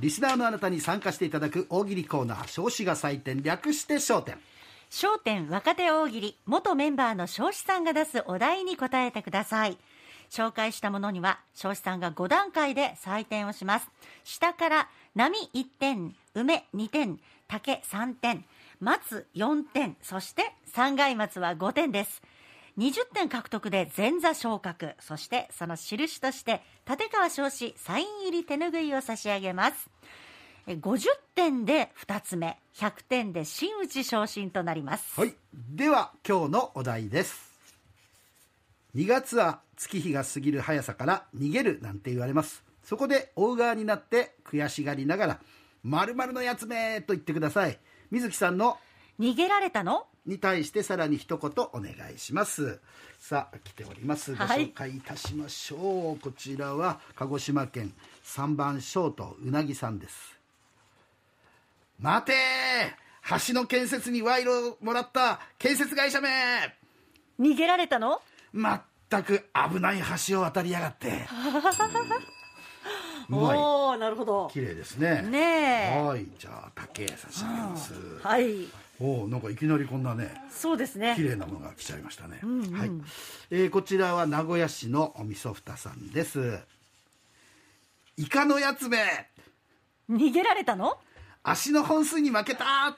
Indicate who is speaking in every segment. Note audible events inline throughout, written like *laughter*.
Speaker 1: リスナーのあなたに参加していただく大喜利コーナー「少子が採点」略して『笑点
Speaker 2: 焦点若手大喜利元メンバーの彰子さんが出すお題に答えてください紹介したものには彰子さんが5段階で採点をします下から波1点梅2点竹3点松4点そして三階松は5点です20点獲得で前座昇格そしてその印として立川彰子サイン入り手ぬぐいを差し上げますえ50点で2つ目100点で真打ち昇進となります、
Speaker 1: はいでは今日のお題です2月は月日が過ぎる速さから逃げるなんて言われますそこで追う側になって悔しがりながら「〇〇のやつめ!」と言ってください水木さんの
Speaker 2: 逃げられたの
Speaker 1: に対してさらに一言お願いしますさあ来ておりますご
Speaker 2: はい
Speaker 1: 紹介いたしましょう、こちらは鹿児島県3番ショートうなぎさんです待てー橋の建設に賄賂をもらった建設会社め
Speaker 2: 逃げられたの
Speaker 1: まったく危ない橋を渡りやがってうまい
Speaker 2: *laughs* おおなるほど
Speaker 1: 綺麗ですね
Speaker 2: ねえ
Speaker 1: はいじゃあ竹差し上げます
Speaker 2: はい
Speaker 1: おおなんかいきなりこんなね
Speaker 2: そうですね
Speaker 1: 綺麗なものが来ちゃいましたね。はい。えーこちらは名古屋市のみそふたさんです。イカのやつめ、
Speaker 2: 逃げられたの
Speaker 1: 足の本数に負けた。ん、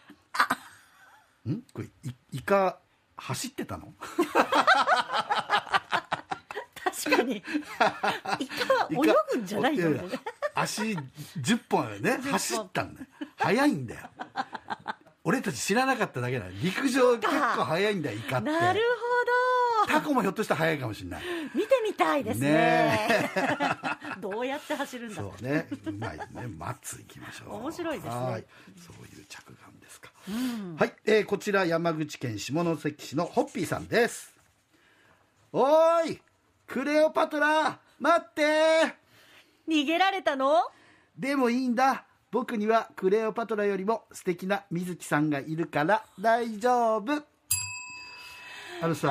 Speaker 1: これイイカ走ってた
Speaker 2: *laughs*
Speaker 1: の？*laughs*
Speaker 2: 確かにイカは泳ぐんじゃないよ
Speaker 1: イカおやや足十本だよね。走ったんだよ。速いんだよ。俺たち知らなかっただけだよ。陸上結構速いんだよイカって。
Speaker 2: *laughs* なるほど
Speaker 1: タコもひょっとしたら速いかもしれない。
Speaker 2: 見てみたいですね
Speaker 1: ね
Speaker 2: *laughs* どうやって走るんだ
Speaker 1: そうね、うまいね、松行きましょう。
Speaker 2: 面白いですね
Speaker 1: はいそういう着眼ですか。はい、えーこちら山口県下関市のホッピーさんです。おーい、クレオパトラ、待ってー
Speaker 2: 逃げられたの
Speaker 1: でもいいんだ。僕にはクレオパトラよりも素敵な水木さんがいるから大丈夫。あのさ、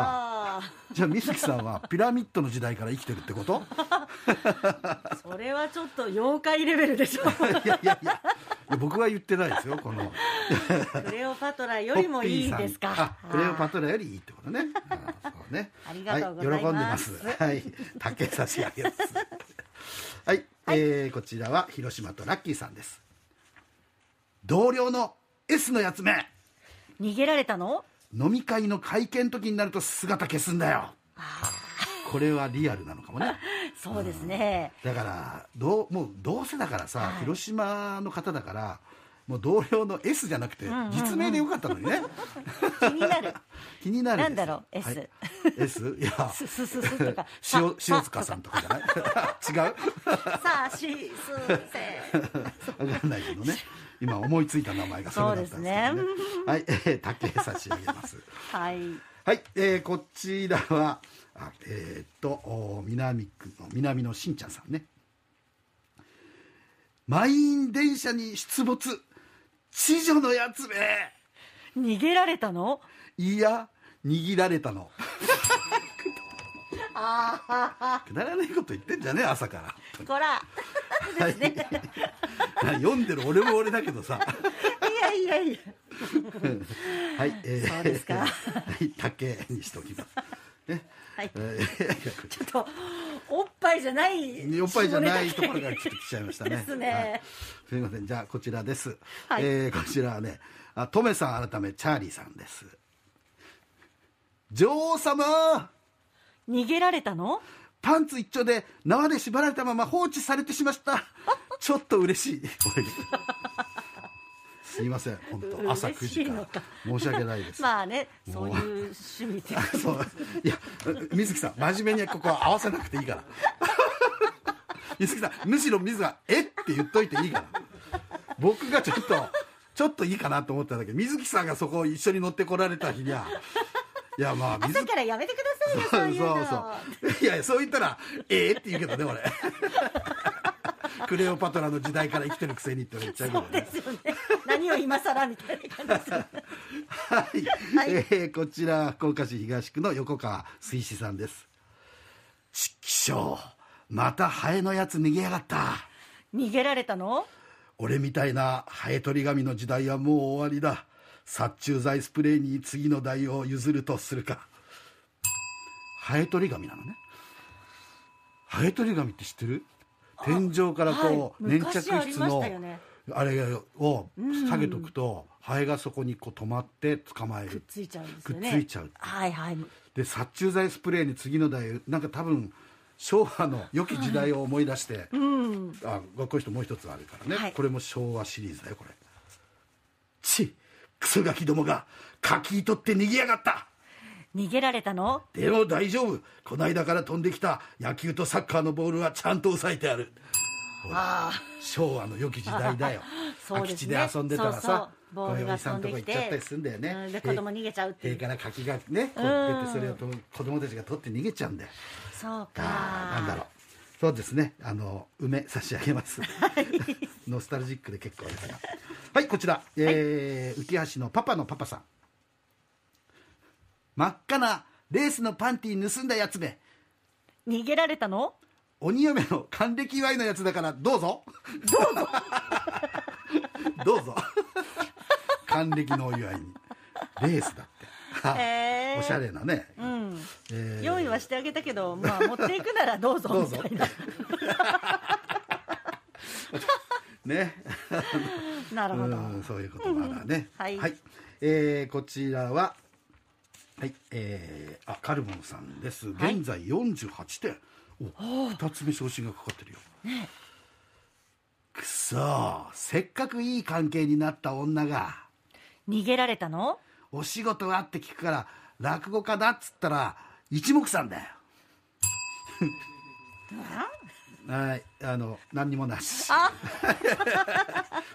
Speaker 2: あ
Speaker 1: じゃあ水木さんはピラミッドの時代から生きてるってこと？ *laughs*
Speaker 2: あそれはちょっと妖怪レベルでし
Speaker 1: *laughs*
Speaker 2: ょ
Speaker 1: いやいやいや、僕は言ってないですよ。この。
Speaker 2: クレオパトラよりもいいです
Speaker 1: ホッピーさん
Speaker 2: か
Speaker 1: あクレオパトラよりいいってことね。あーそうね。
Speaker 2: *laughs* ありがとうございます
Speaker 1: はい、喜んでます。はい、竹差し上げます。はい、えーこちらは広島とラッキーさんです。同僚の S のやつめ、
Speaker 2: 逃げられたの
Speaker 1: 飲み会の会見時になると姿消すんだよ。これはリアルなのかもね。
Speaker 2: そうですね、
Speaker 1: だからどうもうどうせだからさ、広島の方だから。もう同僚の S じゃなくて実名でよかったのにね、
Speaker 2: 気になる
Speaker 1: 気になる
Speaker 2: なんだろう
Speaker 1: です
Speaker 2: S
Speaker 1: はい S いや
Speaker 2: すすすすとか
Speaker 1: 塩
Speaker 2: さ
Speaker 1: 塩塚さんとかじゃない *laughs* 違
Speaker 2: さあしすせ
Speaker 1: う分かんないけどね今思いついた名前がそれだったんですけどね
Speaker 2: そうで
Speaker 1: はい、えー、竹差し上げます
Speaker 2: はい
Speaker 1: はい、えー、こちらはあえーっとお南区の南のしんちゃんさんね満員電車に出没知女のやつめ
Speaker 2: 逃げられたの
Speaker 1: いや握られた
Speaker 2: *laughs*
Speaker 1: のくだらないこと言ってんじゃねえ朝から
Speaker 2: こらですね、
Speaker 1: な *laughs* 読んでる俺も俺だけどさ *laughs*
Speaker 2: い、やいやいや
Speaker 1: はい、えー
Speaker 2: そうですか
Speaker 1: *laughs* はい竹にしておきますね、
Speaker 2: はい
Speaker 1: えー
Speaker 2: ちょっとおっぱいじゃない
Speaker 1: おっぱいじゃないところがちょっと来ちゃいましたね
Speaker 2: ですね
Speaker 1: はいすみませんじゃあこちらです、
Speaker 2: はい
Speaker 1: えーこちらはねあトメさん改めチャーリーさんです女王様
Speaker 2: *laughs* 逃げられたの
Speaker 1: パンツ一丁で縄で縛られたまま放置されてしま *laughs* ったちょっと嬉しい *laughs* すいません本当朝9
Speaker 2: 嬉し
Speaker 1: 時
Speaker 2: い
Speaker 1: か
Speaker 2: の
Speaker 1: ら
Speaker 2: か
Speaker 1: 申し訳ない *laughs* です、
Speaker 2: まあねそういう趣
Speaker 1: *laughs*
Speaker 2: 味っていうか
Speaker 1: そういや水木さん真面目にここは合わせなくていいから *laughs* 水木さんむしろ水が「えっ?」て言っといていいから僕がちょっとちょっといいかなと思ったんだけど水木さんがそこを一緒に乗ってこられた日にはいやまあ水
Speaker 2: 朝からやめてくださいよそういうの
Speaker 1: そうそういやいやそう言ったら「ええって言うけどね俺 *laughs* クレオパトラの時代から生きてるくせにって俺言っちゃうけどね
Speaker 2: ですよね何を今更みたいな感じですよね
Speaker 1: はい、
Speaker 2: はい
Speaker 1: えーこちら福岡市東区の横川水志さんです「ちっきしょうまたハエのやつ逃げやがった
Speaker 2: 逃げられたの」
Speaker 1: 俺みたいなハエ取り紙の時代はもう終わりだ殺虫剤スプレーに次の代を譲るとするかハエ取り紙なのねハエ取り紙って知ってる天井からこう、
Speaker 2: はい
Speaker 1: 粘着
Speaker 2: 昔あり
Speaker 1: 質
Speaker 2: まし
Speaker 1: の
Speaker 2: たよね
Speaker 1: あれを下げとくと、ハエがそこにこう止まって捕まえ
Speaker 2: くっ
Speaker 1: る
Speaker 2: ついちゃうんです
Speaker 1: くっ
Speaker 2: よ
Speaker 1: つ
Speaker 2: ね
Speaker 1: いちゃう
Speaker 2: はいはい
Speaker 1: で殺虫剤スプレーに次の代なんか多分昭和の良き時代を思い出して、
Speaker 2: うん
Speaker 1: あこういう人もう一つあるからね、
Speaker 2: はい
Speaker 1: これも昭和シリーズだよこれちクソガキどもがかき取って逃げやがった
Speaker 2: 逃げられたの
Speaker 1: でも大丈夫こないだから飛んできた野球とサッカーのボールはちゃんと押さえてあるほら
Speaker 2: あ
Speaker 1: 昭和の良き時代だよ
Speaker 2: *laughs* そうで
Speaker 1: 空き
Speaker 2: す
Speaker 1: 地
Speaker 2: ね
Speaker 1: で遊んでたら
Speaker 2: そうそう
Speaker 1: さ
Speaker 2: ボール
Speaker 1: こういうお
Speaker 2: が
Speaker 1: じさ
Speaker 2: 飛
Speaker 1: ん
Speaker 2: ん
Speaker 1: と
Speaker 2: で
Speaker 1: こ
Speaker 2: き
Speaker 1: 行ってちゃったりするんだよね
Speaker 2: うんで子供逃げちゃうっていう
Speaker 1: 塀から柿がねこう出てそれをと子供たちが取って逃げちゃうんだよ
Speaker 2: あそうか
Speaker 1: あーなんだろうそうですねあの梅差し上げます、ノスタルジックで結構ですがはいこちら、えー浮橋のパパのパパさん真っ赤なレースのパンティー盗んだやつめ
Speaker 2: 逃げられたの
Speaker 1: 鬼嫁の還暦祝いのやつだからどうぞどうぞどうぞ還暦のお祝いにレースだって、はあ
Speaker 2: へー
Speaker 1: おしゃれなね、
Speaker 2: うん
Speaker 1: えー
Speaker 2: 用意はしてあげたけど、まあ、持っていくならどう
Speaker 1: *laughs*
Speaker 2: ぞ
Speaker 1: どう
Speaker 2: み
Speaker 1: ぞ
Speaker 2: たいな
Speaker 1: ね
Speaker 2: なるほ
Speaker 1: う
Speaker 2: ど、
Speaker 1: んそういうことだね。
Speaker 2: はい
Speaker 1: えーこちらは、はい、えーあ、カルボンさんです。
Speaker 2: はい
Speaker 1: 現在48点。お、二つ目昇進がかかってるよ。くそー、せっかくいい関係になった女が、
Speaker 2: 逃げられたの
Speaker 1: お仕事はって聞くから、落語家だっつったら、一目散だ
Speaker 2: *laughs*
Speaker 1: よ。はい、あの、何にもなし。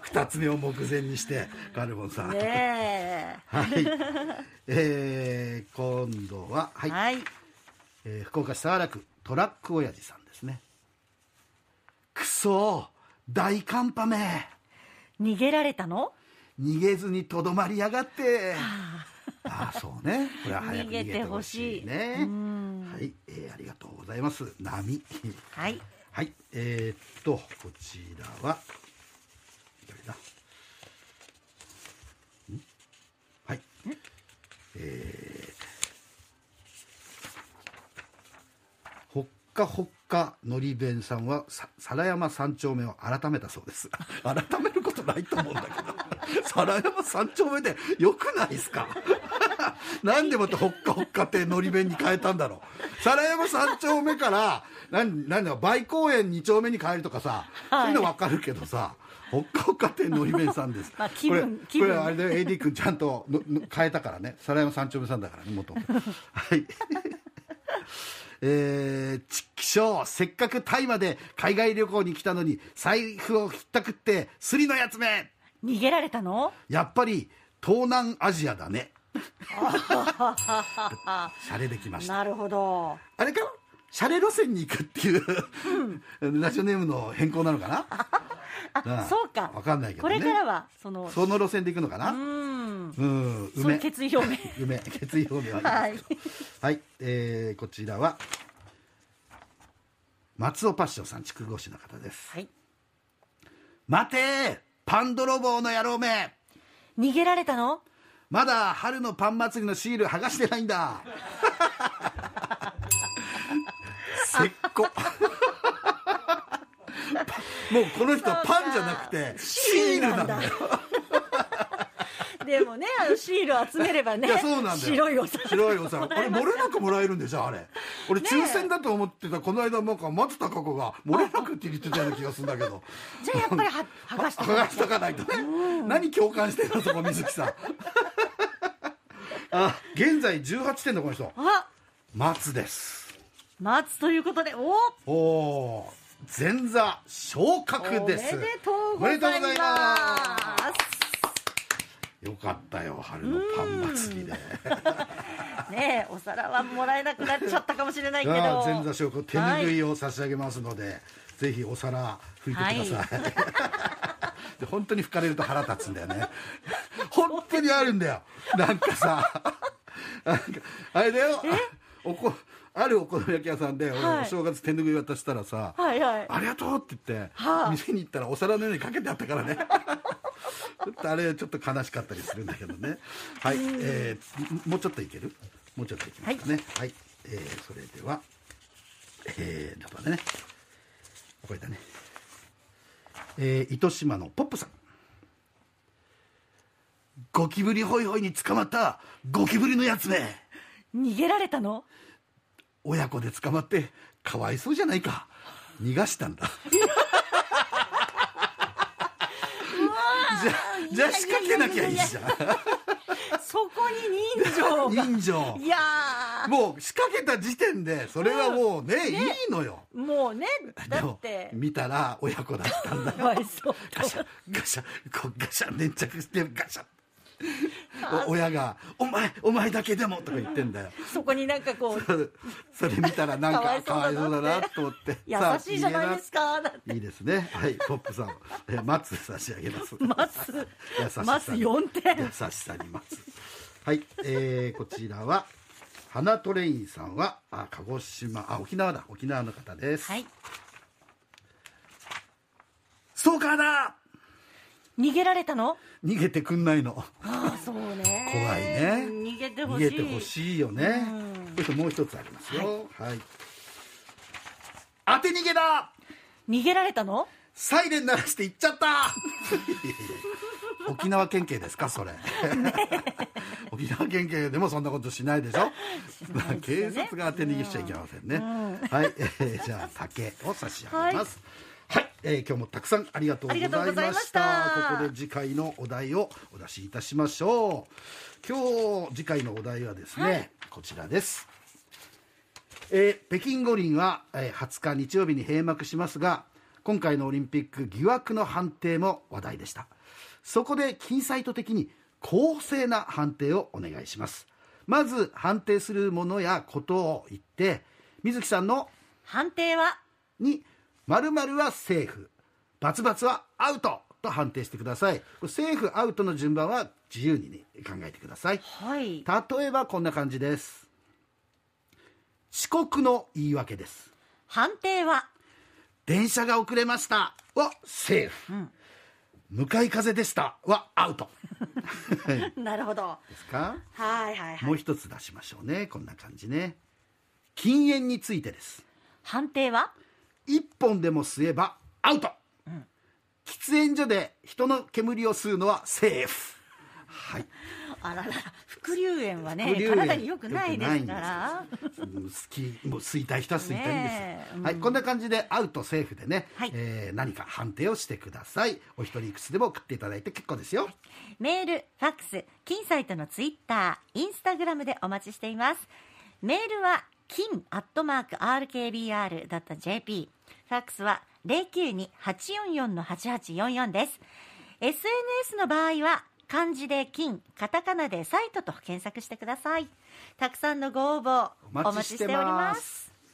Speaker 1: 二つ目を目前にして、カルボンさん。
Speaker 2: ね *laughs*
Speaker 1: はい。えー、今度は、はい、
Speaker 2: えはい、
Speaker 1: えー福岡市早良区、トラック親父さんですね。くそー大寒波め
Speaker 2: 逃げられたの
Speaker 1: 逃げずにとどまりやがって。ああ、そうね。これは早く逃げてほしい
Speaker 2: 逃げてほしいう
Speaker 1: ね。
Speaker 2: ん
Speaker 1: はい、えーありがとうございます。波。
Speaker 2: はい
Speaker 1: はい、えー、っと、こちらは、どれだんはい。えー、ほっかほっかのり弁さんは、さ皿山三丁目を改めたそうです。 *laughs* 改めることないと思うんだけど、 *laughs* 皿山三丁目でよくないですか *laughs* なんでまたほっかほっかってのり弁に変えたんだろう。皿山三丁目から、なん、なんだろう、梅公園二丁目に変えるとかさ、そういうのわかるけどさ、ほっかほっかってのり弁さんです。
Speaker 2: まあ気分
Speaker 1: これ
Speaker 2: 気分
Speaker 1: これあれだよ AD 君ちゃんとのの変えたからね皿山三丁目さんだからね元 *laughs* はいえー、ちっきしょうせっかくタイまで海外旅行に来たのに財布をひったくってスリのやつめ
Speaker 2: 逃げられ
Speaker 1: *laughs*
Speaker 2: たの
Speaker 1: やっぱり東南アジアだねシャレできました
Speaker 2: なるほど
Speaker 1: あれかシャレ路線に行くっていう、ラジオネームの変更なのかな
Speaker 2: あ
Speaker 1: うん
Speaker 2: そうか
Speaker 1: わかんないけど
Speaker 2: こ
Speaker 1: ね
Speaker 2: れからはその
Speaker 1: その路線で行くのかな
Speaker 2: うん
Speaker 1: うん
Speaker 2: そういう
Speaker 1: 梅
Speaker 2: 決意表明
Speaker 1: 夢決意表明はいいです
Speaker 2: *laughs*
Speaker 1: は
Speaker 2: はい
Speaker 1: い、えーこちらは松尾パッションさん筑後市の方です
Speaker 2: はい
Speaker 1: 待てーパン泥棒の野郎め
Speaker 2: 逃げられたの
Speaker 1: まだ春のパン祭りのシール剥がしてないん *laughs* だせっこもうこの人パンじゃなくてシールなんだよ
Speaker 2: でもねあのシールを集めればね
Speaker 1: いやそうなんだよ
Speaker 2: 白いお皿
Speaker 1: 白いお *laughs* 皿あれ漏れなくもらえるんでしょあれ俺抽選だと思ってたこの間なんか松たか子が漏れなくって言ってたような気がするんだけど
Speaker 2: じゃあやっぱりは剥がして
Speaker 1: 剥がしとかないとね何共感してるのそこ水木さんあ現在18点のこの人
Speaker 2: あ
Speaker 1: 松です
Speaker 2: 待つということでおお
Speaker 1: おおー前座昇格です
Speaker 2: おめでとうございま
Speaker 1: おめでと
Speaker 2: す
Speaker 1: うございまよかったよ春のパン祭りで
Speaker 2: ねえお皿はもらえなくなっちゃったかもしれないけ
Speaker 1: じ
Speaker 2: ど
Speaker 1: ゃあ前座昇格手拭
Speaker 2: はい
Speaker 1: を差し上げますので、ぜひお皿拭いてください、 *laughs* で本当に拭かれると腹立つんだよね本当にあるんだよなんかさなんかあれだよおこあるお好み焼き屋さんで俺
Speaker 2: はい
Speaker 1: お正月手拭い渡したらさ「
Speaker 2: はいはい
Speaker 1: ありがとう」って言って、
Speaker 2: はい
Speaker 1: 店に行ったらお皿のようにかけてあったから
Speaker 2: *laughs*
Speaker 1: ねちょっとあれちょっと悲しかったりするんだけどねはい、えー、もうちょっといけるもうちょっといきますかねはい、えー、それではえー、ちょっと待ってねこれだねえー、糸島のポップさんゴキブリホイホイに捕まったゴキブリのやつめ
Speaker 2: 逃げられたの
Speaker 1: 親子で捕まってかわいそうじゃないか逃がしたんだじゃじゃあ仕掛けなきゃいいじ
Speaker 2: そこに人情
Speaker 1: ゃ
Speaker 2: が
Speaker 1: ん人情
Speaker 2: いや
Speaker 1: もう仕掛けた時点でそれはもうね,、いいのよ
Speaker 2: ーもうねだ
Speaker 1: で
Speaker 2: っ
Speaker 1: も
Speaker 2: て
Speaker 1: 見たら親子だったんだ
Speaker 2: かわいそう
Speaker 1: ガシャガシャこうガシャ粘着してガシャお親が「お前お前だけでも」とか言ってんだよ
Speaker 2: そこになんかこう
Speaker 1: それ見たらなんかか
Speaker 2: かわ
Speaker 1: わ
Speaker 2: い
Speaker 1: い
Speaker 2: そ
Speaker 1: そううだ
Speaker 2: だな
Speaker 1: な
Speaker 2: って
Speaker 1: と思って
Speaker 2: 優しいじゃないですかだって
Speaker 1: いいですね。はい、ポップさん、えー、松差し上げます。
Speaker 2: ます
Speaker 1: 優しさに
Speaker 2: ます4点
Speaker 1: 優しさに松。はい、えー、こちらは花トレインさんはあ鹿児島あ沖縄だ沖縄の方です。
Speaker 2: はい
Speaker 1: ストーカーだ。
Speaker 2: 逃げられたの
Speaker 1: 逃げてくんないの。
Speaker 2: ああそうね
Speaker 1: 怖いね
Speaker 2: 逃げて
Speaker 1: 逃
Speaker 2: ほしい
Speaker 1: げてほしいよね。そしてもう一つありますよ。はい。当て逃げだ。
Speaker 2: 逃げられたの
Speaker 1: サイレン鳴らして行っちゃった沖縄県警ですかそれ、沖縄県警でもそんなことしないでしょ
Speaker 2: ないですよ
Speaker 1: 警
Speaker 2: ね
Speaker 1: 察が当て逃げしちゃいけませんね、はい、えーじゃあ竹を差し上げますはい、えー今日もたくさんありがとうございま
Speaker 2: ありがとうござい
Speaker 1: した
Speaker 2: ました
Speaker 1: ここで次回のお題をお出しいたしましょう今日次回のお題はですね、こちらですえー北京五輪は、えー20日日曜日に閉幕しますが今回のオリンピック疑惑の判定も話題でしたそこで金サイト的に公正な判定をお願いしますまず判定するものやことを言って水木さんの
Speaker 2: 判定は
Speaker 1: に「〇〇はセーフ」「バツバツはアウト」と判定してくださいこれセーフアウトの順番は自由に、ね、考えてください
Speaker 2: はい
Speaker 1: 例えばこんな感じです遅刻の言い訳です
Speaker 2: 判定は
Speaker 1: 電車が遅れましたはセーフ、向かい風でしたはアウトで
Speaker 2: なるほど
Speaker 1: すか、
Speaker 2: はいはいは
Speaker 1: もう
Speaker 2: い
Speaker 1: 一つ出しましょうねこんな感じね禁煙についてです
Speaker 2: 判定は
Speaker 1: 一本でも吸えばアウト、喫煙所で人の煙を吸うのはセーフはい
Speaker 2: あらら副流炎はね
Speaker 1: 副流炎
Speaker 2: 体に良くないですから
Speaker 1: うん好きもう吸いたい人は吸いたいんですよ、
Speaker 2: ねえ
Speaker 1: はいこんな感じでアウトセーフでね、
Speaker 2: はい
Speaker 1: えー何か判定をしてくださいお一人いくつでも送っていただいて結構ですよ
Speaker 2: メール、ファックス、金サイトのツイッター、インスタグラムでお待ちしています。メールは、金アットマーク RKBR.jp。ファックスは、092-844-8844です。SNS の場合は、漢字で金、カタカナでサイトと検索してください。たくさんのご応募、
Speaker 1: お待ちしてます
Speaker 2: お待ちしております。